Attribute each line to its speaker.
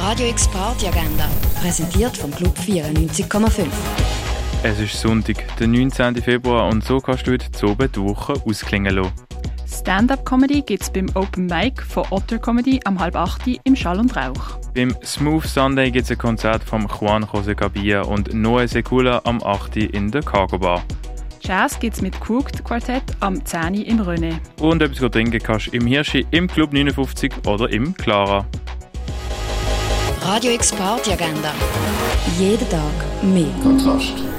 Speaker 1: Radio X Party Agenda, präsentiert vom Club 94,5.
Speaker 2: Es ist Sonntag, der 19. Februar und so kannst du heute zu oben die Woche ausklingen lassen.
Speaker 3: Stand-up-Comedy gibt es beim Open Mic von Otter Comedy am halb acht im Schall und Rauch.
Speaker 2: Beim Smooth Sunday gibt es ein Konzert von Juan José Gabia und Noe Sekula am 8. in der Cargo Bar.
Speaker 3: Jazz gibt es mit Cooked Quartett am 10 im René.
Speaker 2: Und etwas gut trinken kannst du im Hirschi, im Club 59 oder im Clara.
Speaker 1: Radio X Party Agenda. Jeden Tag mehr.
Speaker 4: Kontrast.